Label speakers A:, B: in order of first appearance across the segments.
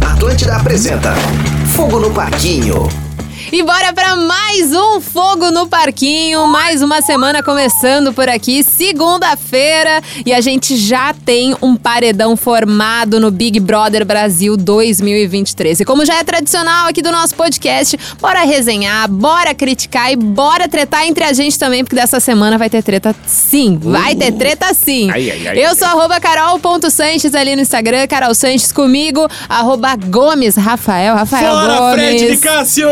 A: Atlântida apresenta Fogo no Parquinho.
B: E bora para mais um Fogo no Parquinho, mais uma semana começando por aqui, segunda-feira, e a gente já tem um paredão formado no Big Brother Brasil 2023. E como já é tradicional aqui do nosso podcast, bora resenhar, bora criticar e bora tretar entre a gente também, porque dessa semana vai ter treta sim, vai ter treta sim.
C: Uh. Ai, ai, ai,
B: Eu
C: ai.
B: sou arroba carol.sanches ali no Instagram, Carol Sanches comigo, arroba Gomes Rafael, Rafael
C: Fora,
B: Gomes.
C: Fred de Cássio!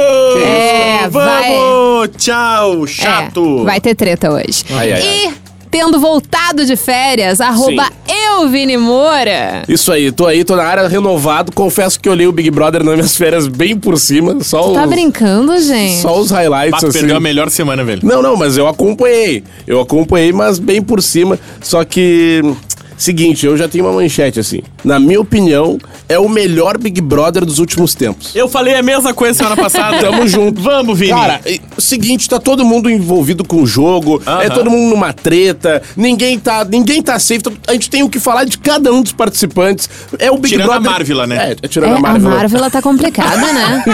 B: É, vai.
C: Vamos! Tchau, chato!
B: É, vai ter treta hoje.
C: Ai, ai,
B: e tendo voltado de férias, arroba eu, Vini Moura.
D: Isso aí, tô aí, tô na área renovado. Confesso que olhei o Big Brother nas minhas férias bem por cima. Só os,
B: Tá brincando, gente?
D: só os highlights,
C: Bato
D: assim.
C: perdeu a melhor semana, velho.
D: Não, não, mas eu acompanhei. Eu acompanhei, mas bem por cima. Só que. Seguinte, eu já tenho uma manchete assim. Na minha opinião, é o melhor Big Brother dos últimos tempos.
C: Eu falei a mesma coisa semana passada.
D: Tamo junto.
C: Vamos, Vini.
D: Cara, e- o seguinte, tá todo mundo envolvido com o jogo,
C: Aham.
D: é todo mundo numa treta, ninguém tá, ninguém tá safe, tá- a gente tem o que falar de cada um dos participantes. É o Big
C: Tirando
D: Brother.
C: a Marvila, né?
D: É, é
B: É,
D: tirando
B: a
D: a Marvel.
B: Marvel tá complicada, né?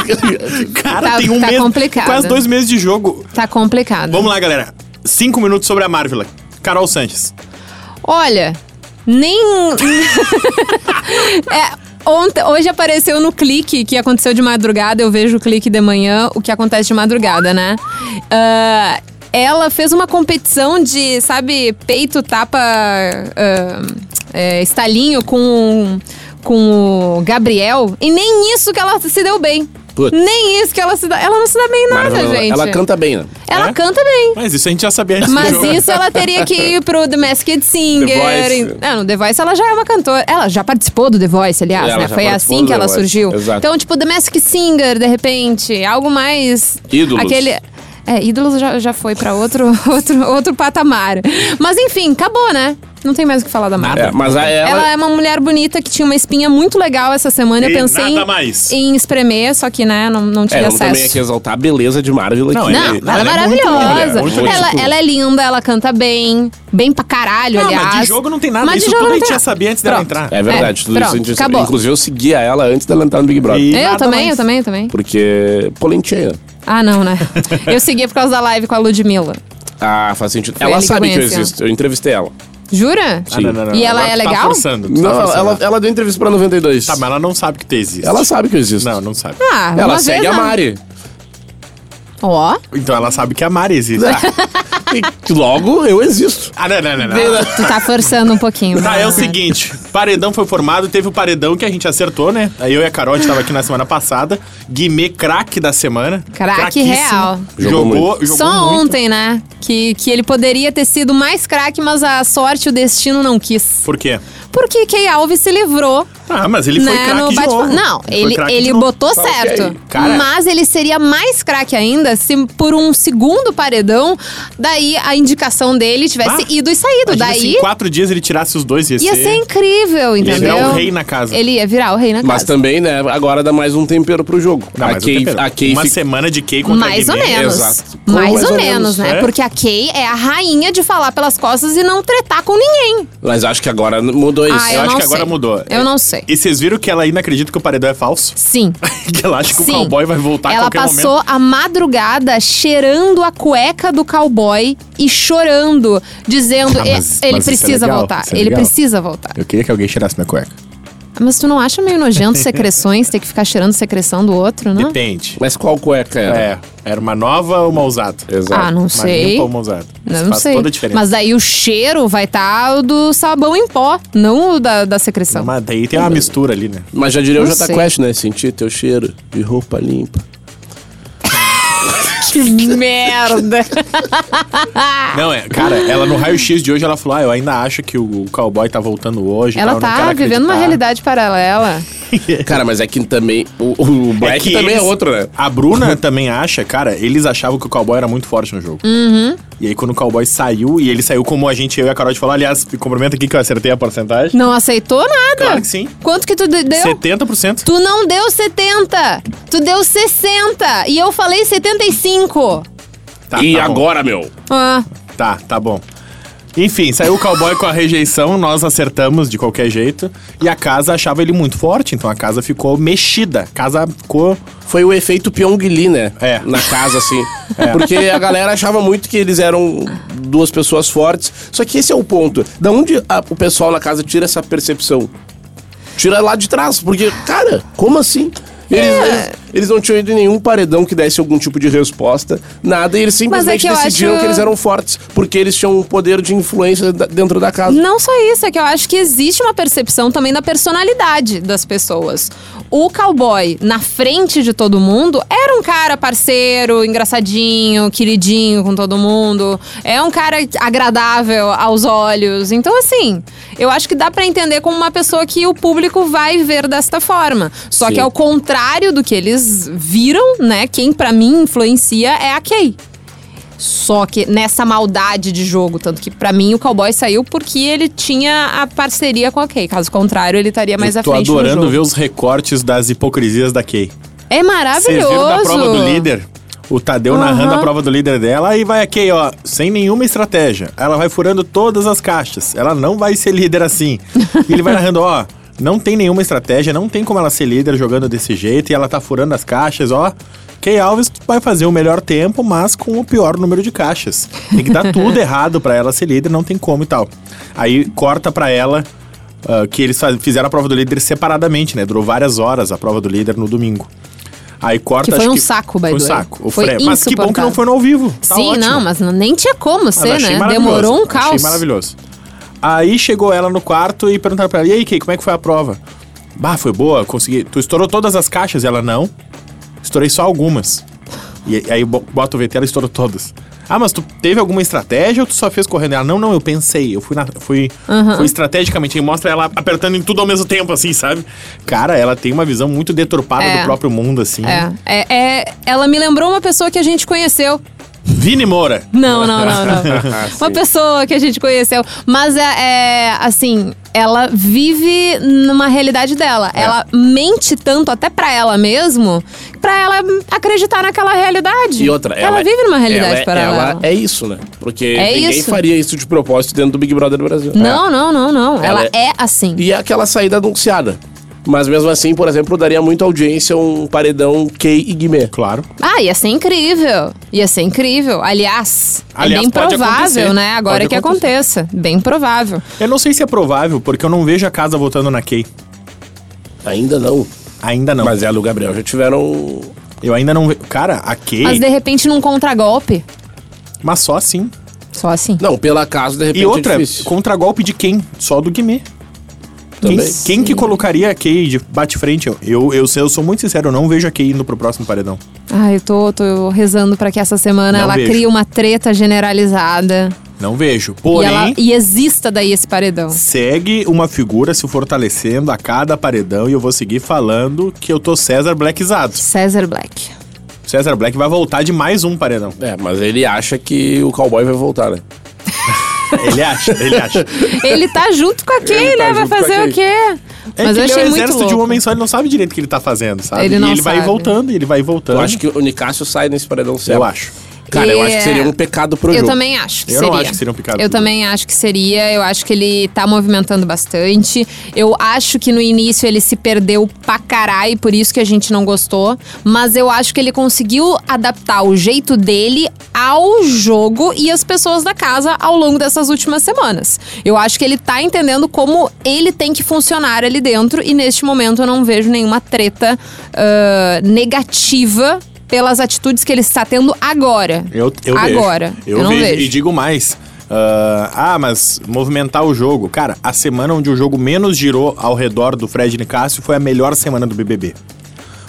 C: Cara,
B: tá-
C: tem um
B: tá
C: mês,
B: complicado.
C: quase dois meses de jogo.
B: Tá complicada.
C: Vamos lá, galera. Cinco minutos sobre a Marvel. Carol Sanches.
B: Olha, nem. um- É, ontem- hoje apareceu no clique que aconteceu de madrugada. Eu vejo o clique de manhã, o que acontece de madrugada, né? Ah, ela fez uma competição de, sabe, peito, tapa, ah, é, estalinho com, com o Gabriel. E nem isso que ela se deu bem.
D: Putz.
B: Nem isso que ela se dá. Ela não se dá bem em nada,
D: Marvel,
B: gente.
D: Ela canta bem, né?
B: Ela
C: É?
B: canta bem.
C: Mas isso a gente já sabia antes do
B: Mas
C: jogo.
B: isso ela teria que ir pro The Masked Singer.
D: The Voice.
B: Não, no The Voice ela já é uma cantora. Ela já participou do The Voice, aliás,
D: Ela
B: né?
D: já
B: Foi
D: participou
B: assim
D: do
B: que
D: The
B: ela
D: Voice,
B: surgiu.
D: exato.
B: Então, tipo, The Masked Singer, de repente. Algo mais.
D: Ídolos.
B: Aquele. É, ídolos já, já foi pra outro, outro, outro patamar. Mas enfim, acabou, né? Não tem mais o que falar da Marvel.
D: É, mas a- ela,
B: Ela... é uma mulher bonita que tinha uma espinha muito legal essa semana.
C: E
B: Eu pensei
C: nada
B: em-
C: mais.
B: em espremer, só que, né, não, não
D: é,
B: tive
D: vamos também
B: acesso.
D: aqui exaltar a beleza de Marvel aqui.
C: Não,
D: né?
B: Não,
C: Ele-
B: ela é
C: ela é muito
B: maravilhosa.
C: linda, muito linda.
B: ela, ela é linda, ela canta bem. Bem pra caralho,
C: Não,
B: aliás.
C: mas de jogo não tem nada.
B: Mas de
C: isso
B: jogo
C: tudo
B: não
C: a
B: tem
C: gente já
B: nada.
C: sabia antes dela
B: Pronto.
C: entrar.
D: É verdade,
B: É,
D: tudo isso a gente
B: pronto, acabou.
D: Inclusive, eu seguia ela antes dela entrar no Big Brother.
C: E-
B: Eu
C: Nada
B: também,
C: mais.
B: eu também, eu também.
D: Porque polentinha.
B: Ah, não, né? Eu segui por causa da live com a Ludmilla.
D: Ah, faz sentido.
B: Foi
D: ela
B: ali que eu
D: sabe que eu
B: conheci ela.
D: existo. Eu entrevistei ela.
B: Jura?
D: Sim.
B: E ela é
C: tu Tá
B: legal?
C: forçando. tu tá
D: Não,
C: forçando.
D: ela, ela deu entrevista pra 92.
C: Tá, mas ela não sabe que tu existe.
D: Ela sabe que eu existo.
C: Não, não sabe.
B: Ah,
D: Ela
B: uma
D: segue
B: vez,
D: a
B: não.
D: Mari.
B: Ó,
C: Então ela sabe que a Mari existe.
D: E logo eu existo.
C: Ah, não, não, não, não.
B: tu tá forçando um pouquinho.
C: Tá, é o
B: Mara.
C: seguinte, paredão foi formado, teve o paredão que a gente acertou, né? Aí eu e a Carol, a gente tava aqui na semana passada. Guimê, craque da semana.
B: Craque
C: Craquíssimo.
B: real.
D: Jogou
C: Jogou, jogou,
B: Só
C: muito.
B: ontem, né? Que, que ele poderia ter sido mais craque, mas a sorte, o destino não quis.
C: Por quê?
B: Porque Key Alves se livrou
C: Ah, mas ele foi
B: né,
C: craque
B: no
C: de
B: bate-papo.
C: novo.
B: Não,
C: foi
B: ele,
C: craque de
B: ele
C: novo. assim,
B: botou
D: ok.
B: certo.
C: Cara.
B: Mas ele seria mais craque ainda se por um segundo paredão, daí a indicação dele tivesse
C: Ah,
B: ido e saído.
C: Imagina se
B: daí
C: em quatro dias ele tirasse os dois, ia,
B: ia ser incrível,
C: virar
B: entendeu?
C: o rei na casa.
B: Ele ia virar o rei na
D: Mas
B: casa.
D: também, né, agora dá mais um tempero pro jogo.
C: Não,
D: a
C: mas o
D: Kay,
C: tempero.
D: a Kay
C: Uma
D: fica-
C: semana de Kay contra
B: Mais ou
C: Guimê.
B: menos.
D: exato.
B: Mais,
D: Mais
B: ou
D: ou
B: menos,
D: menos,
B: né?
C: é.
B: Porque a Kay é a rainha de falar pelas costas e não tretar com ninguém.
D: Mas acho que agora mudou isso.
B: Ah, eu
C: eu acho
B: não
C: que agora
B: sei.
C: mudou.
B: Eu não sei.
C: E vocês viram que ela ainda acredita que o paredão é falso?
B: Sim.
C: que ela acha que
B: Sim.
C: o cowboy vai voltar
B: Ela
C: a qualquer
B: passou
C: momento.
B: a madrugada cheirando a cueca do cowboy e chorando, dizendo:
C: Ah,
B: "E-
C: mas-
B: ele
C: mas isso é
B: precisa
C: legal,
B: voltar,
C: isso é
B: ele
C: legal."
B: precisa voltar. Ah,
C: Eu queria que alguém tirasse minha cueca.
B: Mas tu não acha meio nojento secreções, ter que ficar cheirando secreção do outro, né?
C: Depende.
D: Mas qual cueca era?
C: É, era uma nova ou uma ousada?
D: Exato.
B: Ah, não sei.
C: Uma limpa ou uma ousada?
B: Não,
C: Isso
B: não
C: faz
B: sei.
C: toda a diferença.
B: Mas daí o cheiro vai estar o do sabão em pó, não o da, da secreção.
C: Mas daí tem uma mistura ali, né?
D: Mas já diria o
B: Não
D: Jota
B: sei.
D: Quest, né? Sentir teu cheiro de roupa limpa.
B: Que merda! Ah.
C: Não, é, cara, ela no raio-x de hoje, ela falou, ah, eu ainda acho que o cowboy tá voltando hoje. e
B: Ela
C: tal, eu
B: tá
C: não quero
B: vivendo uma
C: acreditar."
B: realidade paralela.
D: Cara, mas é que também. O, o Black
C: que
D: também
C: eles-
D: é outro, né?
C: A Bruna também acha, cara, eles achavam que o cowboy era muito forte no jogo.
B: Uhum.
C: E aí, quando o cowboy saiu, e ele saiu como a gente, eu e a Carol, de falar, aliás, me cumprimenta aqui que eu acertei a porcentagem.
B: Não aceitou nada.
C: Claro que sim.
B: Quanto que tu de- deu?
C: 70%.
B: Tu não deu 70, tu deu 60 e eu falei 75.
C: Tá,
D: e
C: tá bom.
D: agora, meu?
B: Ah,
C: Tá, tá bom. Enfim, saiu o cowboy com a rejeição, nós acertamos de qualquer jeito. E a casa achava ele muito forte, então a casa ficou mexida. A casa ficou.
D: Foi o efeito Pyong Lee, né?
C: É.
D: Na casa, assim. Porque a galera achava muito que eles eram duas pessoas fortes. Só que esse é o ponto. Da onde a- o pessoal na casa tira essa percepção? Tira lá de trás. Porque, cara, como assim? Eles,
B: É.
D: eles- eles não tinham ido em nenhum paredão que desse algum tipo de resposta, nada, e eles simplesmente
B: é que eu
D: decidiram
B: acho-
D: que eles eram fortes, porque eles tinham um poder de influência da- dentro da casa.
B: Não só isso, é que eu acho que existe uma percepção também da personalidade das pessoas. O cowboy, na frente de todo mundo, era um cara parceiro, engraçadinho, queridinho com todo mundo. É um cara agradável aos olhos. Então, assim, eu acho que dá pra entender como uma pessoa que o público vai ver desta forma. Só
D: Sim.
B: que ao contrário do que eles viram, né? Quem pra mim influencia é a Kay. Só que nessa maldade de jogo, tanto que pra mim o cowboy saiu porque ele tinha a parceria com a Kay. Caso contrário, ele estaria mais à
C: Eu tô
B: frente. no
C: adorando
B: jogo.
C: ver os recortes das hipocrisias da Kay.
B: É
C: Vocês
B: maravilhoso.
C: viram da prova do líder? O Tadeu narrando a prova do líder dela, aí vai a Kay, ó, sem nenhuma estratégia. Ela vai furando todas as caixas. Ela não vai ser líder assim. E ele vai narrando, ó, não tem nenhuma estratégia, não tem como ela ser líder jogando desse jeito, e ela tá furando as caixas, ó. Kay Alves vai fazer o melhor tempo, mas com o pior número de caixas. Tem que dar tudo errado pra ela ser líder, não tem como e tal. Aí corta pra ela ah, que eles faz- fizeram a prova do líder separadamente, né? Durou várias horas a prova do líder no domingo. Aí corta.
B: Que foi
C: acho
B: um saco, by
C: Foi um
B: the way.
C: saco. O
B: Foi
C: Fre- Mas que bom que não foi no ao vivo. Tá
B: Sim,
C: ótimo. Ah,
B: não, mas não- nem tinha como ser,
C: achei
B: né?
C: maravilhoso,
B: Demorou um
C: Achei
B: caos.
C: maravilhoso. Aí chegou ela no quarto e perguntaram pra ela: E aí, Kay, como é que foi a prova? Bah, foi boa, consegui. Tu estourou todas as caixas? Ela não. Estourei só algumas. E aí bo- bota o VT, ela estourou todas. Ah, mas tu teve alguma estratégia ou tu só fez correndo? Ela, não, não, eu pensei. Eu fui, na, fui, fui estrategicamente. Aí mostra ela apertando em tudo ao mesmo tempo, assim, sabe? Cara, ela tem uma visão muito deturpada
B: É.
C: do próprio mundo, assim.
B: É, é, é- ela me lembrou uma pessoa que a gente conheceu.
C: Vini Moura.
B: Não, não, não, não. uma pessoa que a gente conheceu. Mas é, é, assim, ela vive numa realidade dela. Ela mente tanto até pra ela mesmo, pra ela acreditar naquela realidade.
D: E outra,
B: ela, vive numa realidade
D: ela,
B: paralela.
D: Ela é isso, né? Porque
B: É
D: ninguém
B: isso.
D: faria isso de propósito dentro do Big Brother Brasil.
B: Não, não, não, não. Ela,
D: Ela
B: é... assim.
D: E é aquela saída anunciada. Mas mesmo assim, por exemplo, daria muita audiência um paredão Kay e Guimê.
C: Claro.
B: Ah, ia ser incrível. Ia ser incrível. Aliás,
C: Aliás,
B: é bem
C: pode acontecer.
B: provável, né? Agora
C: Pode
B: que aconteça. Bem provável.
C: Eu não sei se é provável, porque eu não vejo a casa votando na Kay.
D: Ainda não.
C: Ainda não.
D: Mas ela e o Gabriel já tiveram. um-
C: Eu ainda não vejo. Cara, a Kay,
B: Mas
C: mas,
B: de repente num contragolpe.
C: só assim.
B: Só assim.
D: Não, pela casa, de repente.
C: E outra,
D: é difícil.
C: contragolpe de quem? Só do Guimê. Quem,
D: Também.
C: quem que colocaria a Kay de bate-frente? Eu, eu, eu, sei- eu sou muito sincero, eu não vejo a Kay indo pro próximo paredão.
B: Ai, eu tô, tô rezando pra que essa semana
C: Não
B: ela
C: vejo.
B: crie uma treta generalizada.
C: Não vejo.
B: E,
C: Porém,
B: ela, e exista daí esse paredão.
C: segue uma figura se fortalecendo a cada paredão e eu vou seguir falando que eu tô César Blackizado.
B: César Black.
C: César Black vai voltar de mais um paredão.
D: É, mas ele acha que o cowboy vai voltar, né?
C: Ele acha, ele acha.
B: Ele tá junto com a Kay,
D: Ele tá
B: né? Vai
D: junto com a
B: fazer
D: Kay.
B: o quê?
C: É
B: Mas
C: que
B: eu
C: ele é
B: achei
C: um
B: muito
C: exército
B: louco.
C: de um homem só, ele não sabe direito o que ele tá fazendo, sabe?
B: Ele
C: e
B: não
C: ele vai
B: sabe.
C: voltando, e ele vai voltando.
D: Eu acho que o Nicásio sai nesse paredão certo.
C: Eu acho.
D: Cara, eu
B: E-
D: acho que seria um pecado pro
B: Eu
D: jogo.
B: também acho que
C: Eu não
B: seria.
C: acho que seria um picado.
B: Eu também acho que seria. Eu acho que ele tá movimentando bastante. Eu acho que no início ele se perdeu pra caralho, por isso que a gente não gostou. Mas eu acho que ele conseguiu adaptar o jeito dele ao jogo e as pessoas da casa ao longo dessas últimas semanas. Eu acho que ele tá entendendo como ele tem que funcionar ali dentro. E neste momento eu não vejo nenhuma treta ah, negativa pelas atitudes que ele está tendo agora.
C: Eu, eu vejo.
B: Agora.
C: Eu,
B: Eu, não
C: vejo.
B: vejo.
C: E digo mais. ah, ah, mas movimentar o jogo. Cara, a semana onde o jogo menos girou ao redor do Fred Nicásio foi a melhor semana do BBB.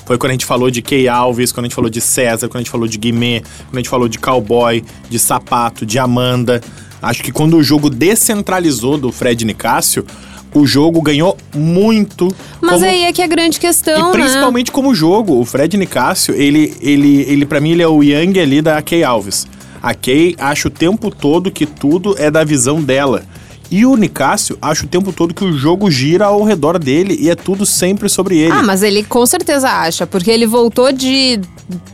C: Foi quando a gente falou de Key Alves, quando a gente falou de César, quando a gente falou de Guimê, quando a gente falou de Cowboy, de Sapato, de Amanda. Acho que quando o jogo descentralizou do Fred Nicásio, o jogo ganhou muito.
B: Mas
C: como
B: aí é que é a grande questão,
C: E
B: né?
C: principalmente como jogo, o Fred Nicásio, ele, ele, ele para mim, ele é o Yang ali da Kay Alves. A Kay acha o tempo todo que tudo é da visão dela. E o Nicásio acha o tempo todo que o jogo gira ao redor dele e é tudo sempre sobre ele.
B: Ah, mas ele com certeza acha, porque ele voltou de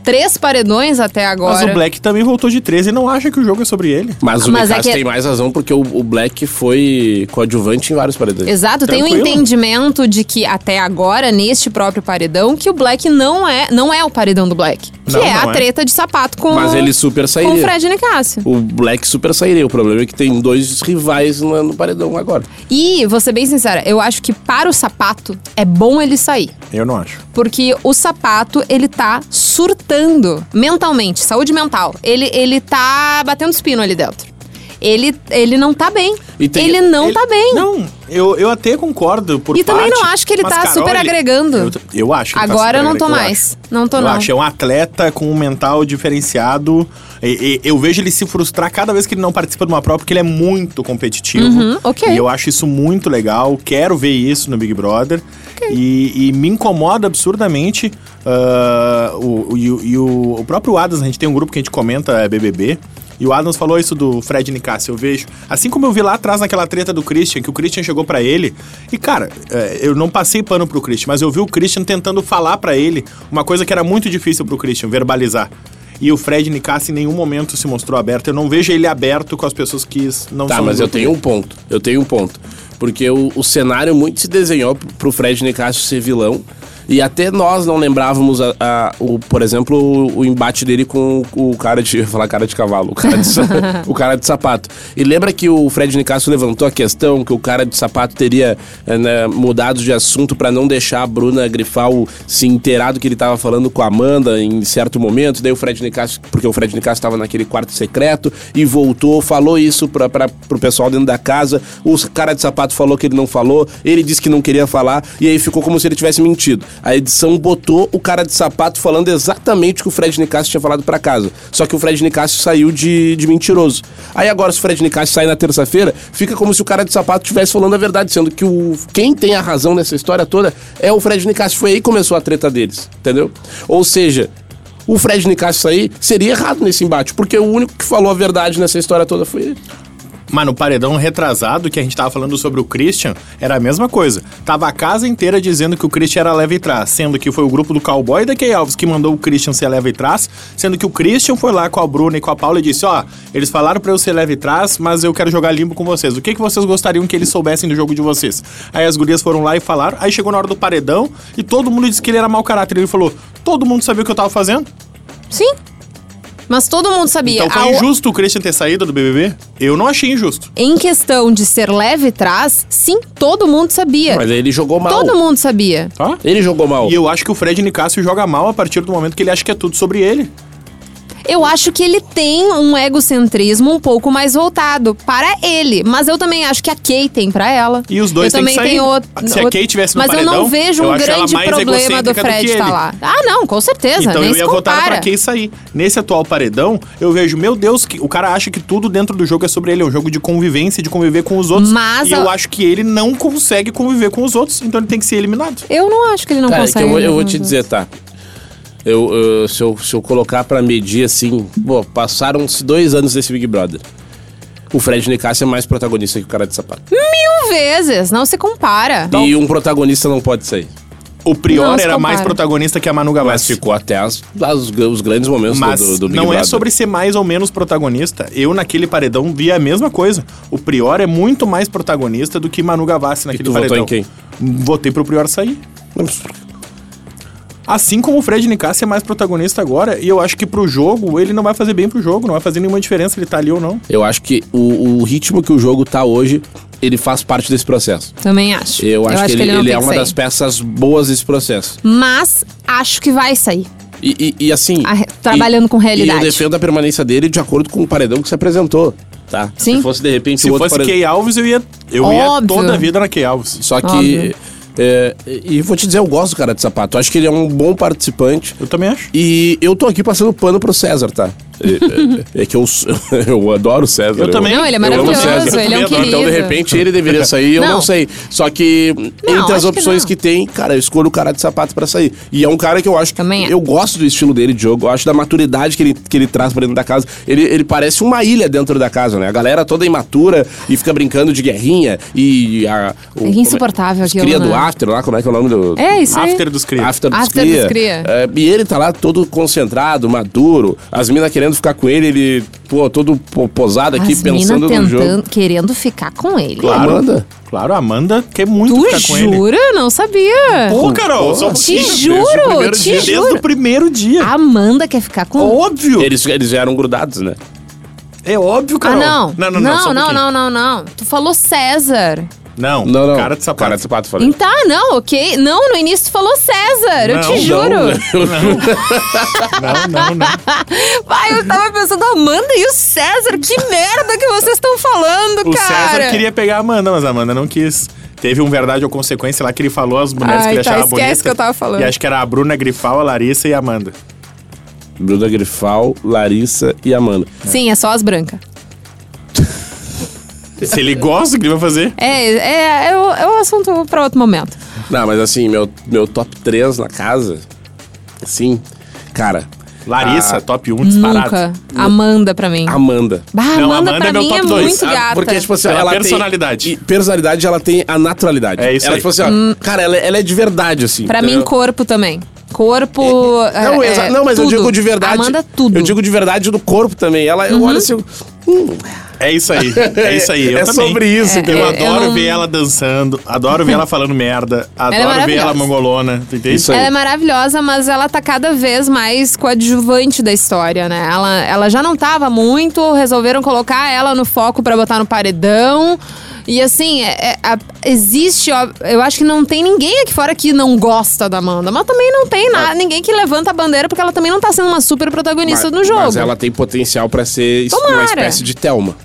B: três paredões até agora.
C: Mas o Black também voltou de 13 e não acha que o jogo é sobre ele.
D: Mas o
B: Mas
D: Mas
B: é que-
D: tem mais razão, porque o, o Black foi coadjuvante em vários paredões.
B: Exato, tem um
C: Tranquilo.
B: entendimento de que até agora, neste próprio paredão, que o Black não é, não é o paredão do Black. Que
C: Não,
B: é
C: não
B: a
C: é.
B: treta de sapato com,
D: Mas ele super
B: com o
D: sairia.
B: Fred Nicásio.
D: O Black super sairia. O problema é que tem dois rivais no, no paredão agora.
B: E, vou ser bem sincera, eu acho que para o sapato é bom ele sair.
C: Eu não acho.
B: Porque o sapato, ele tá surtando mentalmente, saúde mental. Ele, ele tá batendo espino ali dentro. Ele, ele não tá bem.
D: E tem-
B: ele não tá bem.
C: Não, eu, eu até concordo por
B: E também
C: parte,
B: não acho que ele
C: mas,
B: tá
C: Carol,
B: super agregando.
C: Eu, eu acho. que ele tá
B: Agora eu
C: super
B: não tô
C: agregando, eu
B: mais.
C: acho.
B: Não tô,
C: eu
B: não.
C: acho, é um atleta com um mental diferenciado. E- e- eu vejo ele se frustrar cada vez que ele não participa de uma prova, porque ele é muito competitivo.
B: Uhum, ok.
C: E eu acho isso muito legal. Quero ver isso no Big Brother. E, e me incomoda absurdamente ah, o, o- e o, e o- o próprio Adams. A gente tem um grupo que a gente comenta é BBB. E o Adams falou isso do Fred Nicásio, eu vejo. Assim como eu vi lá atrás naquela treta do Christian, que o Christian chegou pra ele. E, cara, é, eu não passei pano pro Christian, mas eu vi o Christian tentando falar pra ele uma coisa que era muito difícil pro Christian, verbalizar. E o Fred Nicásio em nenhum momento se mostrou aberto. Eu não vejo ele aberto com as pessoas que não
D: Tá,
C: são do
D: mas eu
C: grupo
D: tenho um ponto. Eu tenho um ponto. Porque o, o cenário muito se desenhou p- pro Fred Nicásio ser vilão. E até nós não lembrávamos, a- a- o, por exemplo, o, o embate dele com o, o cara de. Eu ia falar cara de cavalo, o cara de, sa- o cara de sapato. E lembra que o Fred Nicásio levantou a questão que o cara de sapato teria eh, né, mudado de assunto pra não deixar a Bruna Grifal se inteirar do que ele tava falando com a Amanda em certo momento. Daí o Fred Nicásio, porque o Fred Nicásio estava naquele quarto secreto e voltou, falou isso pra, pra, pro pessoal dentro da casa. O cara de sapato falou que ele não falou, ele disse que não queria falar, e aí ficou como se ele tivesse mentido. A edição botou o cara de sapato falando exatamente o que o Fred Nicásio tinha falado pra casa. Só que o Fred Nicásio saiu de, de mentiroso. Aí agora, se o Fred Nicásio sair na terça-feira, fica como se o cara de sapato estivesse falando a verdade, sendo que o, quem tem a razão nessa história toda é o Fred Nicásio. Foi aí que começou a treta deles, entendeu? Ou seja, o Fred Nicásio sair seria errado nesse embate, porque o único que falou a verdade nessa história toda foi ele.
C: Mas no paredão retrasado, que a gente tava falando sobre o Christian, era a mesma coisa. Tava a casa inteira dizendo que o Christian era leve e trás, sendo que foi o grupo do Cowboy e da Key Alves que mandou o Christian ser leve e trás, sendo que o Christian foi lá com a Bruna e com a Paula e disse, ó, eles falaram pra eu ser leve e trás, mas eu quero jogar limpo com vocês. O que, que vocês gostariam que eles soubessem do jogo de vocês? Aí as gurias foram lá e falaram, aí chegou na hora do paredão e todo mundo disse que ele era mau caráter. Ele falou, todo mundo sabia o que eu tava fazendo?
B: Sim. Mas todo mundo sabia.
C: um Então foi
B: A o-
C: injusto o Christian ter saído do BBB? Eu não achei injusto.
B: Em questão de ser leve e trás, sim, todo mundo sabia.
D: Mas aí ele jogou
C: é
D: mal.
B: É. Todo mundo sabia.
C: Tá?
D: Ele jogou mal.
C: E eu acho que o Fred Nicásio joga mal a partir do momento que ele acha que é tudo sobre ele.
B: Eu acho que ele tem um egocentrismo um pouco mais voltado para ele. Mas eu também acho que a Kay tem para ela.
C: E os dois
B: eu
C: têm
B: também
C: que sair.
B: tenho outro.
C: Se a Kay tivesse no
B: Mas eu não
C: paredão,
B: vejo
C: eu
B: um
C: acho ela
B: grande
C: mais
B: problema do
C: egocêntrica do
B: Fred
C: que
B: estar
C: ele.
B: lá. Ah, não, com certeza.
C: então
B: nem
C: eu
B: se
C: ia votar
B: compara.
C: pra quem sair. Nesse atual paredão, eu vejo, meu Deus, que o cara acha que tudo dentro do jogo é sobre ele. É um jogo de convivência, de conviver com os outros.
B: Mas
C: e
B: a-
C: eu acho que ele não consegue conviver com os outros, então ele tem que ser eliminado.
B: Eu não acho que ele não
D: Cara, é que
B: consegue.
D: eu, vou- eu vou
B: mesmo.
D: te dizer, tá? Eu, eu- se, eu, se eu colocar pra medir assim, pô, passaram-se dois anos desse Big Brother. O Fred Nicásio é mais protagonista que o cara de sapato.
B: Mil vezes, não se compara.
D: E um protagonista não pode sair.
C: O Prior
B: Não se
C: era mais
B: compara.
C: protagonista que a Manu
D: Mas
C: Gavassi.
D: ficou até as- as- os grandes momentos do-
C: Mas
D: do, do Big
C: não
D: Brother.
C: é sobre ser mais ou menos protagonista. Eu, naquele paredão, vi a mesma coisa. O Prior é muito mais protagonista do que Manu Gavassi naquele
D: tu votou
C: paredão.
D: em quem?
C: Votei pro Prior sair. Assim como o Fred Nicassi é mais protagonista agora, e eu acho que pro jogo, ele não vai fazer bem pro jogo, não vai fazer nenhuma diferença ele tá ali ou não.
D: Eu acho que o, o ritmo que o jogo tá hoje, ele faz parte desse processo.
B: Também acho.
D: Eu acho, que, ele,
B: não
D: ele
B: tem
D: é
B: que
D: uma
B: sair.
D: das peças boas desse processo.
B: Mas acho que vai sair.
D: E, e- e assim.
B: A- trabalhando
D: e-
B: com realidade.
D: E eu defendo a permanência dele de acordo com o paredão que se apresentou. Tá?
B: Sim.
D: Se fosse de repente
C: Se
D: o outro
C: fosse
D: paredão.
C: Key Alves, eu ia, eu ia
B: Óbvio.
C: toda a vida na Key Alves.
D: Só que.
B: Óbvio.
D: é, e e vou te dizer, eu gosto do cara de sapato. Eu acho que ele é um bom participante.
C: Eu também acho.
D: E eu tô aqui passando pano pro César, tá? É- É, é que eu, eu adoro o César.
C: Eu também.
B: Não, ele é
D: eu amo o
B: maravilhoso,
D: César.
B: ele é um querido.
D: Então, de repente, ele deveria sair, eu não,
B: Não.
D: sei. Só que,
B: Não,
D: entre as
B: acho que
D: opções
B: não.
D: que, tem, cara, eu escolho o cara de sapato pra sair. E é um cara que eu acho que.
B: Também é.
D: Eu gosto do estilo dele de jogo, eu acho da maturidade que ele, que ele traz pra dentro da casa. Ele, ele parece uma ilha dentro da casa, né? A galera toda imatura e fica brincando de guerrinha e. A, o,
B: É insuportável
D: como é-
B: aquilo,
D: Cria do
B: né?
D: After lá, como é que é o nome do.
B: É isso aí.
C: After dos Cria.
D: After dos
B: After
D: Cria.
B: dos Cria.
D: É, e ele tá lá todo concentrado, maduro. As minas querendo ficar com ele, ele, pô, todo po- posado aqui,
B: As mina
D: pensando no jogo.
B: tentando, querendo ficar com ele.
D: Claro. Amanda.
C: Claro, a Amanda quer muito
B: Tu
C: ficar tá com ele.
B: jura? Não sabia.
C: Pô, Carol,
D: Pô.
C: só um
B: Te
C: pouquinho.
B: juro,
C: Desde o primeiro
B: te
C: dia. Desde
B: juro.
C: o primeiro dia.
B: A Amanda quer ficar com
C: Óbvio.
D: Eles, eles eram grudados, né?
C: É óbvio,
B: Ah,
C: Carol.
B: não.
C: Não, não, não. só
B: não,
C: um
B: não, não,
C: pouquinho.
B: não, não. Tu falou César.
C: Não,
D: Não, não.
C: cara de sapato.
D: Cara de sapato, falei.
B: Então, não, ok. Não, no início tu falou César. eu
C: Não,
B: te juro.
C: Não, não, não.
B: Pai, eu tava pensando, Amanda e o César, que merda que vocês estão falando,
C: O
B: cara.
C: César queria pegar a Amanda, mas a Amanda não quis. Teve um Verdade ou Consequência lá que ele falou as
B: Ai,
C: mulheres que ele
B: tá,
C: achava
B: esquece
C: bonitas.
B: que eu tava falando.
C: E acho que era a Bruna Grifal, a Larissa e a Amanda.
D: Bruna Grifal, Larissa e Amanda.
B: Sim, é só as brancas.
C: Se ele gosta, o que ele vai fazer?
B: É, é, é, o, é o assunto pra outro momento.
D: Não, mas assim, meu, meu top 3 na casa, assim, cara.
C: Larissa,
D: a
C: top 1 disparado.
B: Nunca. Amanda pra mim.
D: Amanda.
B: Bah, Amanda,
C: Não, Amanda
B: pra
C: é meu
B: mim é
C: top dois,
B: muito
C: sabe?
B: gata.
D: Porque, tipo assim,
C: Pela
D: ela
C: é personalidade.
D: Tem, e personalidade, ela tem a naturalidade.
C: É isso
D: Ela,
C: aí.
D: tipo assim, ó, cara, ela, é- ela é de verdade, assim.
B: Hum. pra mim,
D: entendeu?
B: corpo também. Corpo.
D: Não,
B: é, é,
D: exa- não, mas
B: tudo.
D: eu digo de verdade.
B: Amanda, tudo. Uhum.
D: Eu digo de verdade do corpo também. Ela eu olho assim. hum,
C: É isso aí. É isso aí. Eu
D: é
C: também.
D: sobre isso,
B: É,
D: entendeu?
B: é,
C: Eu
B: eu
C: adoro
B: não- é
C: ver ela dançando, adoro ver ela falando merda, adoro ver ela
B: maravilhosa.
C: mongolona, tu entende?
D: Isso aí.
B: Ela é maravilhosa, mas ela tá cada vez mais coadjuvante da história, né? Ela, ela já não tava muito, resolveram colocar ela no foco pra botar no paredão. E assim, é- é- a- existe, ó, eu acho que não tem ninguém aqui fora que não gosta da Amanda, mas também não tem nada, ninguém que levanta a bandeira, porque ela também não tá sendo uma super protagonista no jogo.
D: Mas ela tem potencial pra ser es-
B: Tomara.
D: uma espécie de Thelma.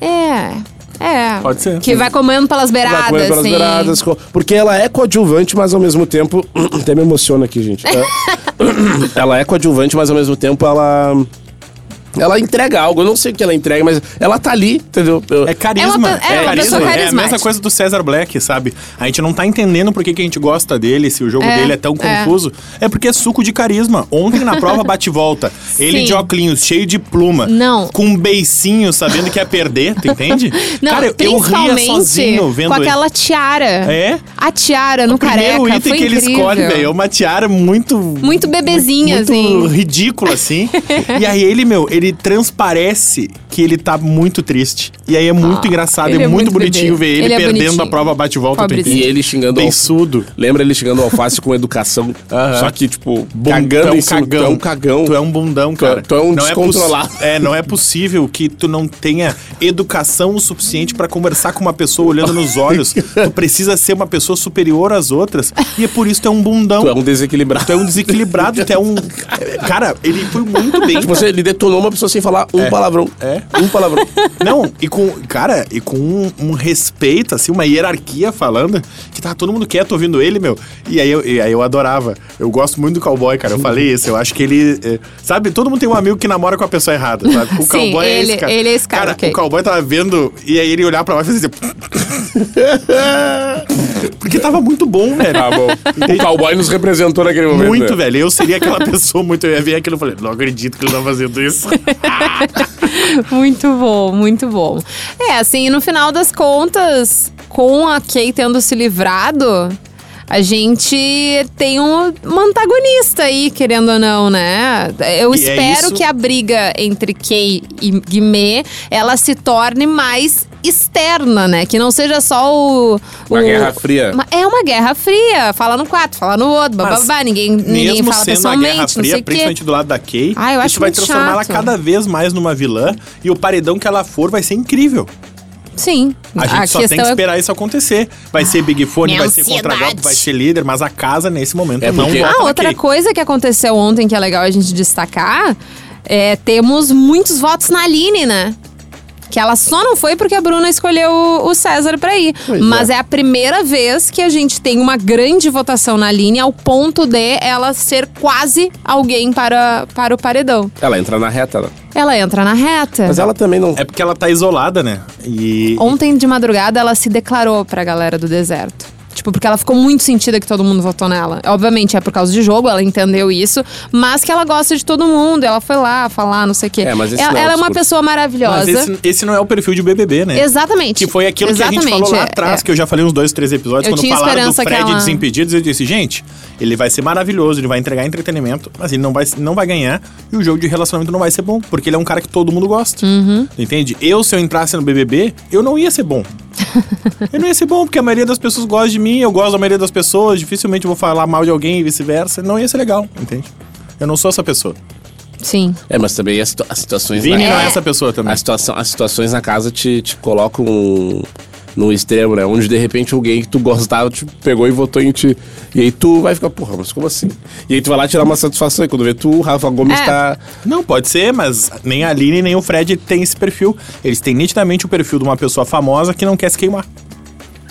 B: É. É.
C: Pode ser.
B: Que vai comendo pelas beiradas,
D: Vai correndo pelas
B: assim.
D: beiradas, co- porque ela é coadjuvante, mas ao mesmo tempo. Até me emociona aqui, gente. É. ela é coadjuvante, mas ao mesmo tempo ela. Ela entrega algo. Eu não sei o que ela entrega, mas ela tá ali, entendeu? Eu-
C: É carisma.
B: Ela tá- é,
C: é,
B: uma pessoa
C: carisma. é a
B: carismática.
C: mesma coisa do César Black, sabe? A gente não tá entendendo por que, que a gente gosta dele, se o jogo
B: É,
C: dele é tão
B: é.
C: confuso. É porque é suco de carisma. Ontem na prova bate e volta. Ele
B: Sim.
C: de óculos, cheio de pluma.
B: Não.
C: Com um beicinho, sabendo que ia perder, tu entende?
B: Não,
C: Cara, eu, eu ria
B: principalmente
C: sozinho vendo
B: com
C: ele.
B: aquela tiara.
C: É?
B: A tiara no
C: O primeiro
B: careca.
C: item
B: foi
C: que ele
B: incrível.
C: escolhe, velho, é uma tiara muito.
B: Muito bebezinha,
C: muito
B: assim.
C: ridícula, assim. e aí ele, meu, ele transparece que ele tá muito triste. E aí é muito
B: Ah,
C: engraçado, é,
B: ele é
C: muito
B: muito
C: bonitinho
B: bebê.
C: ver ele,
B: Ele é
C: perdendo
B: bonitinho.
C: a prova bate-volta. tu
B: Pobrezinho.
D: E
C: entende?
D: ele xingando o
C: Pensudo.
D: Lembra ele xingando o alface com educação?
C: Aham.
D: Só que, tipo,
C: Bom, tu é
D: cagando
C: um
D: em cima. Tu é um cagão.
C: Tu é um bundão,
D: é-
C: cara.
D: tu é um
C: Não possi-
D: descontrolado.
C: É, não é possível que tu não tenha educação o suficiente pra conversar com uma pessoa olhando nos olhos. tu precisa ser uma pessoa superior às outras. E é por isso que tu é um bundão.
D: Tu é um desequilibrado.
C: Tu é um desequilibrado, tu é um. Cara, ele foi muito bem.
D: Tipo, você, ele detonou uma pessoa sem falar um palavrão.
C: É.
D: Um palavrão.
C: Não, e com. Cara, e com um, um respeito, assim, uma hierarquia falando, que tava todo mundo quieto ouvindo ele, meu. E aí eu, e aí eu adorava. Eu gosto muito do cowboy, cara. Eu falei isso, eu acho que ele. é, sabe, todo mundo tem um amigo que namora com a pessoa errada, sabe? O
B: Sim,
C: cowboy é
B: ele-
C: esse cara.
B: ele é esse cara, ok.
C: o cowboy tava vendo, e aí ele olhar pra lá e fazer assim. Porque tava muito bom, velho.
B: Ah,
D: Tá bom. O cowboy nos representou naquele momento.
C: Muito,
D: né?
C: velho. Eu seria aquela pessoa muito. Eu ia ver aquilo e falei, não acredito que ele tá fazendo isso.
B: Muito bom, muito bom. É, assim, no final das contas, com a Kay tendo se livrado, a gente tem um, um antagonista aí, querendo ou não, né? Eu
C: E é
B: espero
C: isso-
B: que a briga entre Kay e Guimê, ela se torne mais externa, né? Que não seja só o...
D: Uma
B: o-
D: guerra fria.
B: Uma- É uma guerra fria. Fala no quarto, fala no outro,
C: Mas
B: bababá. Ninguém, ninguém
C: Mesmo
B: fala
C: sendo a
B: pessoalmente,
C: Guerra
B: não sei
C: Fria,
B: o quê.
C: principalmente do lado da Kay,
B: Ah, eu acho
C: isso vai
B: muito
C: transformá-la
B: chato.
C: cada vez mais numa vilã e o paredão que ela for vai ser incrível.
B: Sim.
C: A gente só
B: é
C: tem que esperar isso acontecer. Vai ser Big Fone,
B: minha
C: vai ser contra
B: ansiedade.
C: golpe, vai ser líder, mas a casa nesse momento
D: É
C: não
D: porque-
C: vota
B: Ah,
C: na
B: outra
C: Kay.
B: coisa que aconteceu ontem que é legal a gente destacar é temos muitos votos na Aline, né? Que ela só não foi porque a Bruna escolheu o, o César pra ir.
D: Pois
B: Mas
D: é.
B: é. a primeira vez que a gente tem uma grande votação na Aline ao ponto de ela ser quase alguém para, para o paredão.
D: Ela entra na reta, né?
B: Ela entra na reta.
D: Mas ela também não.
C: É porque ela tá isolada, né? E.
B: Ontem de madrugada ela se declarou pra galera do deserto. Tipo, porque ela ficou muito sentida que todo mundo votou nela. Obviamente é por causa de jogo, ela entendeu isso, mas que ela gosta de todo mundo. Ela foi lá falar, não sei o quê.
D: É, mas esse
B: ela
D: não é o
B: ela é uma
D: discurso.
B: pessoa
C: Mas
B: maravilhosa.
C: esse, esse não é o perfil de BBB, né?
B: Exatamente.
C: Que foi aquilo que a gente
B: Exatamente,
C: falou lá
B: é,
C: atrás,
B: é.
C: que eu já falei uns dois, três episódios,
B: Eu
C: quando
B: tinha
C: falaram do
B: esperança que
C: Fred
B: ela-
C: Desimpedidos, eu disse, gente, ele vai ser maravilhoso, ele vai entregar entretenimento, mas ele não vai, não vai ganhar e o jogo de relacionamento não vai ser bom, porque ele é um cara que todo mundo gosta.
B: Uhum.
C: Entende? Eu, se eu entrasse no BBB, eu não ia ser bom. eu não ia ser bom, porque a maioria das pessoas gosta de mim, eu gosto da maioria das pessoas, dificilmente eu vou falar mal de alguém e vice-versa, não ia ser legal, entende? Eu não sou essa pessoa.
B: Sim.
D: É, mas também as, situa- as situações.
C: Vini
D: na...
C: não é essa pessoa também.
D: A situação, as situações na casa te, te colocam no extremo, né? Onde de repente alguém que tu gostava te pegou e votou em ti. E aí tu vai ficar, porra, mas como assim? E aí tu vai lá tirar uma satisfação. E quando vê tu, o Rafa Gomes
B: É.
D: tá.
C: Não, pode ser, mas nem a Aline nem o Fred têm esse perfil. Eles têm nitidamente o perfil de uma pessoa famosa que não quer se queimar.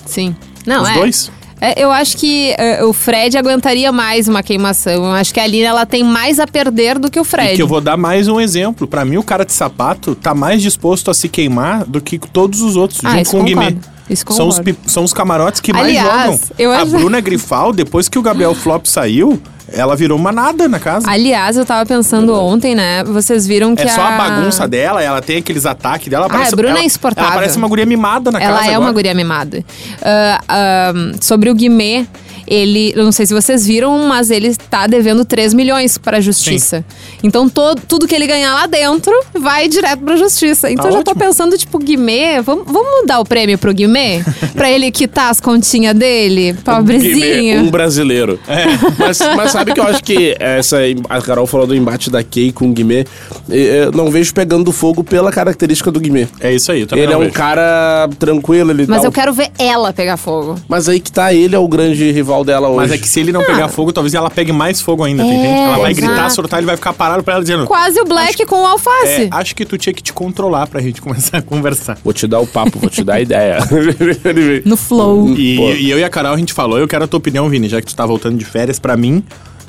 B: Sim. Não,
C: Os
B: é.
C: dois?
B: É, eu acho que é, o Fred aguentaria mais uma queimação. Eu acho que a Aline ela tem mais a perder do que o Fred.
C: E que eu vou dar mais um exemplo. Pra mim, o cara de sapato tá mais disposto a se queimar do que todos os outros,
B: Ah,
C: junto
B: isso
C: com o Guimê.
B: concordo. Isso
C: São os,
B: concordo.
C: pi- são os camarotes que mais
B: Aliás,
C: jogam.
B: eu
C: a
B: acho-
C: Bruna Grifal, depois que o Gabriel Flop saiu, ela virou uma nada na casa.
B: Aliás, eu tava pensando ontem, né? Vocês viram que
C: Uhum. É só a
B: a
C: bagunça dela, ela tem aqueles ataques dela. ela
B: Ah, a Bruna
C: ela-
B: é insuportável.
C: Ela parece uma guria mimada na
B: Ela
C: casa
B: é
C: agora.
B: uma guria mimada. Ah, ah, sobre o Guimê, ele, eu não sei se vocês viram, mas ele tá devendo 3 milhões pra justiça. Então to- tudo que ele ganhar lá dentro vai direto pra justiça. Então
C: Tá
B: eu já tô
C: ótimo.
B: pensando, tipo, Guimê, vamos, vamos mudar o prêmio pro Guimê? pra ele quitar as continhas dele?
D: Guimê, um
B: Pobrezinho.
D: brasileiro.
C: É.
D: Mas, mas sabe que eu acho que essa. em- A Carol falou do embate da Kay com o Guimê. E, Eu não vejo pegando fogo pela característica do Guimê.
C: É isso aí, eu também
D: Ele é
C: não
D: um
C: vejo.
D: cara tranquilo, ele
B: Mas
D: dá
B: eu
D: o-
B: quero ver ela pegar fogo.
D: Mas aí que tá, ele é o grande rival dela hoje.
C: Mas é que se ele não pegar fogo, talvez ela pegue mais fogo ainda, tu
B: Ah. É,
C: entende? Ela vai
B: exato.
C: gritar, surtar, ele vai ficar parado pra ela dizendo.
B: Quase o Black com o
C: "É,
B: alface.
C: acho que tu tinha que te controlar pra gente começar a conversar.
D: Vou te dar o papo, vou te dar a ideia. Ele veio.
B: No flow.
C: E,
D: Pô.
C: e eu e a Carol, a gente falou, eu quero a tua opinião, Vini, já que tu tá voltando de férias, pra mim,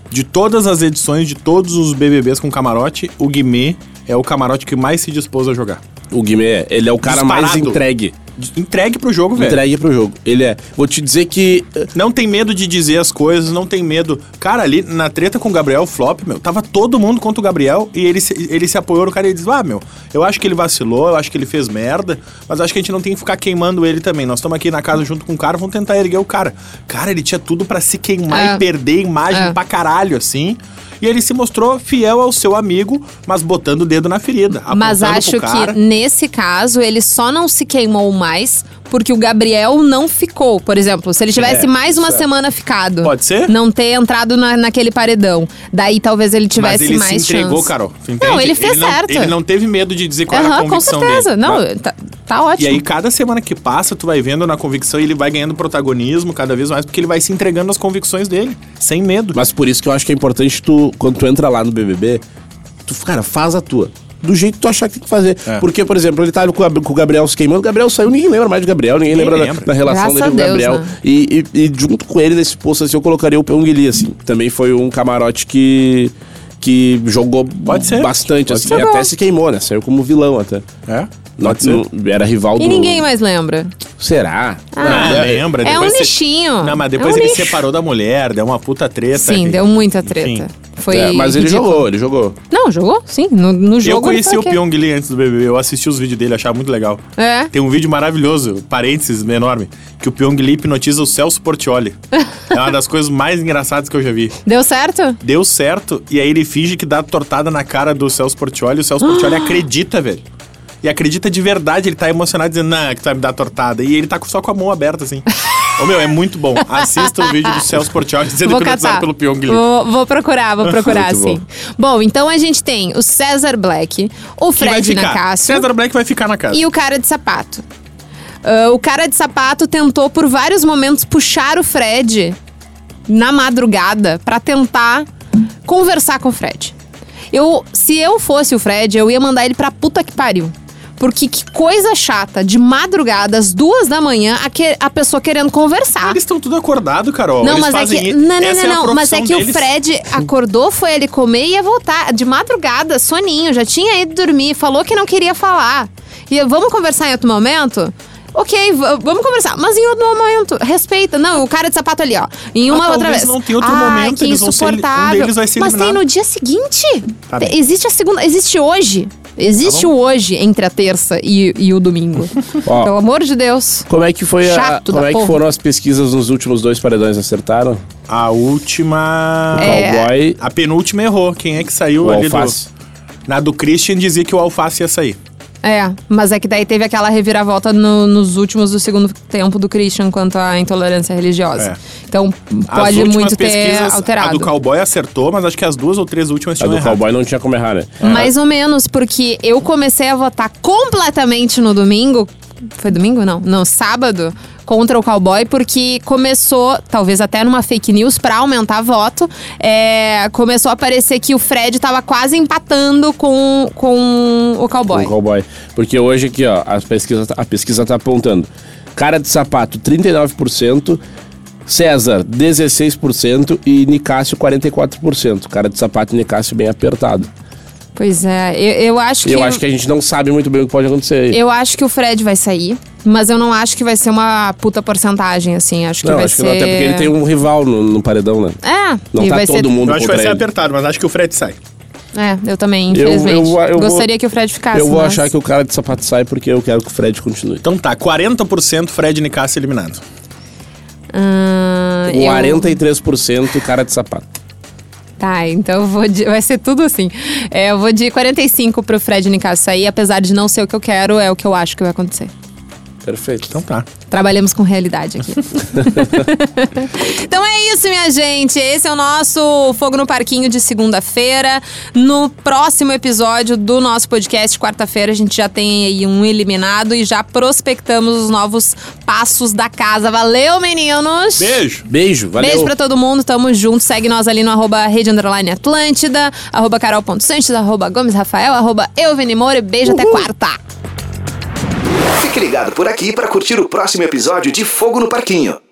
C: de todas as edições, de todos os BBBs com camarote, o Guimê é o camarote que mais se dispôs a jogar.
D: O Guimê, ele é o cara mais
C: Disparado.
D: entregue.
C: De- Entregue pro jogo, velho.
D: Entregue pro jogo. Ele é. Vou te dizer que. eh,
C: Não tem medo de dizer as coisas, não tem medo. Cara, ali na treta com o Gabriel Flop, meu, tava todo mundo contra o Gabriel e ele se, ele se apoiou no cara e ele disse: Ah, meu, eu acho que ele vacilou, eu acho que ele fez merda, mas acho que a gente não tem que ficar queimando ele também. Nós estamos aqui na casa junto com o cara, vamos tentar erguer o cara. Cara, ele tinha tudo pra se queimar
B: É.
C: e perder a imagem
B: É.
C: pra caralho, assim. E ele se mostrou fiel ao seu amigo, mas botando o dedo na ferida.
B: Mas
C: apontando pro
B: acho
C: cara.
B: que nesse caso ele só não se queimou mais porque o Gabriel não ficou. Por exemplo, se ele tivesse
D: É,
B: mais uma
D: certo.
B: semana ficado.
C: Pode ser?
B: Não ter entrado na- naquele paredão. Daí talvez ele tivesse
C: Mas ele
B: mais
C: se entregou,
B: chance.
C: Carol. tu
B: Não,
C: entende?
B: ele fez
C: não-
B: certo.
C: ele não teve medo de dizer qual era a
B: Aham, com
C: convicção
B: certeza.
C: dele. né?
B: Não, tá, tá
C: E
B: ótimo.
C: aí, cada semana que passa, tu vai vendo na convicção e ele vai ganhando protagonismo cada vez mais, porque ele vai se entregando às convicções dele, sem medo.
D: Mas por isso que eu acho que é importante tu, quando tu entra lá no BBB, tu, cara, faz a tua. Do jeito que tu achar que tem que fazer.
C: É.
D: Porque, por exemplo, ele tava com, a- com o Gabriel se queimando. O Gabriel saiu, ninguém lembra mais de Gabriel, ninguém
C: Ninguém
D: lembra,
C: lembra.
D: Da, da relação
B: Graças
D: dele
B: a
D: com o
B: Deus,
D: Gabriel.
B: né?
D: E, e- e junto com ele nesse posto, assim, eu colocaria o Pyongyi, assim. Também foi um camarote que. que jogou
C: Pode ser.
D: bastante,
C: Pode
D: assim.
C: ser.
D: E até se queimou, né? Saiu como vilão até.
C: É?
D: Não- não- era rival
B: E
D: do.
B: ninguém mais lembra.
D: Será?
C: Ah,
D: Não,
C: lembra?
B: é
C: depois
B: um
C: se-
B: nichinho.
C: Não, mas
B: É
C: depois
B: um
C: ele
B: nicho.
C: separou da mulher, deu uma puta treta. né?
B: Sim,
C: e-
B: deu muita
C: enfim.
B: treta. Foi
D: É, mas ele
B: ridículo.
D: jogou, ele jogou.
B: Não, jogou? Sim, no, no jogo.
C: Eu conheci
B: ele
C: o
B: foi ok.
C: Pyong Lee antes do BBB, eu assisti os vídeos dele, achava muito legal.
B: É.
C: Tem um vídeo maravilhoso, parênteses enorme, que o Pyong Lee hipnotiza o Celso Portioli. é uma das coisas mais engraçadas que eu já vi.
B: Deu certo?
C: Deu certo, e aí ele finge que dá tortada na cara do Celso Portioli, e o Celso Portioli acredita, velho. E acredita de verdade, ele tá emocionado dizendo, não, que tu vai me dar tortada. E ele tá com- só com a mão aberta, assim. Ô meu, é muito bom. Assista o vídeo do Celso Portioli sendo
B: Vou
C: hipnotizado
B: catar.
C: é pelo Pyong Lee.
B: Vou, vou procurar, vou procurar,
D: Muito
B: sim. Bom. então a gente tem o César Black, o
C: Que vai
B: Fred
C: ficar.
B: Nicásio
C: César Black vai ficar na casa.
B: e o cara de sapato. Ah, o cara de sapato tentou por vários momentos puxar o Fred na madrugada pra tentar conversar com o Fred. Eu, se eu fosse o Fred, eu ia mandar ele pra puta que pariu. Porque que coisa chata, de madrugada, às duas da manhã, a, que- a pessoa querendo conversar.
C: Eles estão tudo acordado, Carol.
B: Não,
C: Eles
B: mas é
C: fazem
B: que.
C: i-
B: Não, não,
C: essa é a
B: não, não. Mas é
C: profissão
B: que o
C: deles.
B: Fred acordou, foi ele comer e ia voltar. De madrugada, soninho, já tinha ido dormir, falou que não queria falar. E eu, vamos conversar em outro momento? Ok, v- vamos conversar, mas em outro momento. Respeita. Não, o cara de sapato ali, ó. Em uma
C: Ah,
B: outra
C: talvez
B: vez.
C: não tenha outro
B: Ai,
C: momento,
B: que
C: eles vão ser- um
B: insuportável.
C: deles vai ser
B: Mas tem
C: eliminado.
B: no dia seguinte.
C: Tá
B: Te-
C: bem. Tá
B: existe a segunda. Existe hoje. Existe o hoje entre a terça e, e o domingo.
D: Ó.
B: Pelo amor de Deus.
D: Como é que foi a-
B: Chato da
D: como é que
B: porra.
D: foram as pesquisas nos últimos dois paredões acertaram?
C: A última.
B: É.
D: Cowboy,
C: A penúltima errou. Quem é que saiu
D: o
C: ali
D: alface.
C: do. Na do Christian dizia que o alface ia sair.
B: É, mas é que daí teve aquela reviravolta no- nos últimos do segundo tempo do Christian quanto à intolerância religiosa.
C: É.
B: Então
C: As
B: pode
C: últimas
B: muito ter
C: pesquisas, A
B: alterado.
C: do cowboy acertou, mas acho que as duas ou três últimas
D: A
C: tinham
D: do
C: errado.
D: cowboy não tinha como errar, né?
C: É.
B: Mais ou menos, porque eu comecei a votar completamente no domingo. Foi domingo? Não. Não, sábado. Contra o cowboy, porque começou, talvez até numa fake news, pra aumentar voto, é, começou a aparecer que o Fred tava quase empatando com, com o cowboy.
D: O cowboy. Porque hoje aqui, ó, as pesquisas, a pesquisa tá apontando. Cara de sapato, 39%. César, 16% e Nicásio, 44%. Cara de sapato e Nicásio bem apertado.
B: Pois é, eu, eu acho que.
D: Eu acho que a gente não sabe muito bem o que pode acontecer aí.
B: Eu acho que o Fred vai sair, mas eu não acho que vai ser uma puta porcentagem, assim. Acho que
D: não,
B: vai
D: acho
B: ser.
D: que não, até porque ele tem um rival no, no paredão, né?
B: É,
D: Não
B: e
D: tá
B: vai
D: todo
B: ser...
D: mundo
C: Eu acho
D: contra
C: que vai ser
D: ele.
C: apertado, mas acho que o Fred sai.
B: É, eu também,
D: Eu- eu-
B: infelizmente.
D: eu vou-
B: Gostaria que o Fred ficasse.
D: Eu vou
B: É, mas-
D: achar que o cara de sapato sai porque eu quero que o Fred continue.
C: Então tá, 40% Fred Nicasso eliminado.
B: Ah, eu-
D: 43% cara de sapato.
B: Tá, então eu vou de... vai ser tudo assim. É, eu vou de 45 pro Fred Nicasso sair, apesar de não ser o que eu quero, é o que eu acho que vai acontecer.
D: Perfeito.
C: Então tá.
B: Trabalhamos com realidade aqui. então é isso, minha gente. Esse é o nosso Fogo no Parquinho de segunda-feira. No próximo episódio do nosso podcast, quarta-feira, a gente já tem aí um eliminado e já prospectamos os novos passos da casa. Valeu, meninos!
C: Beijo!
D: Beijo, valeu.
B: Beijo pra todo mundo, tamo junto. Segue nós ali no arroba Rede Underline Atlântida, arroba Carol.Sanches, arroba Gomes Rafael, arroba Euveni Moura. Beijo até quarta!
A: Fique ligado por aqui para curtir o próximo episódio de Fogo no Parquinho.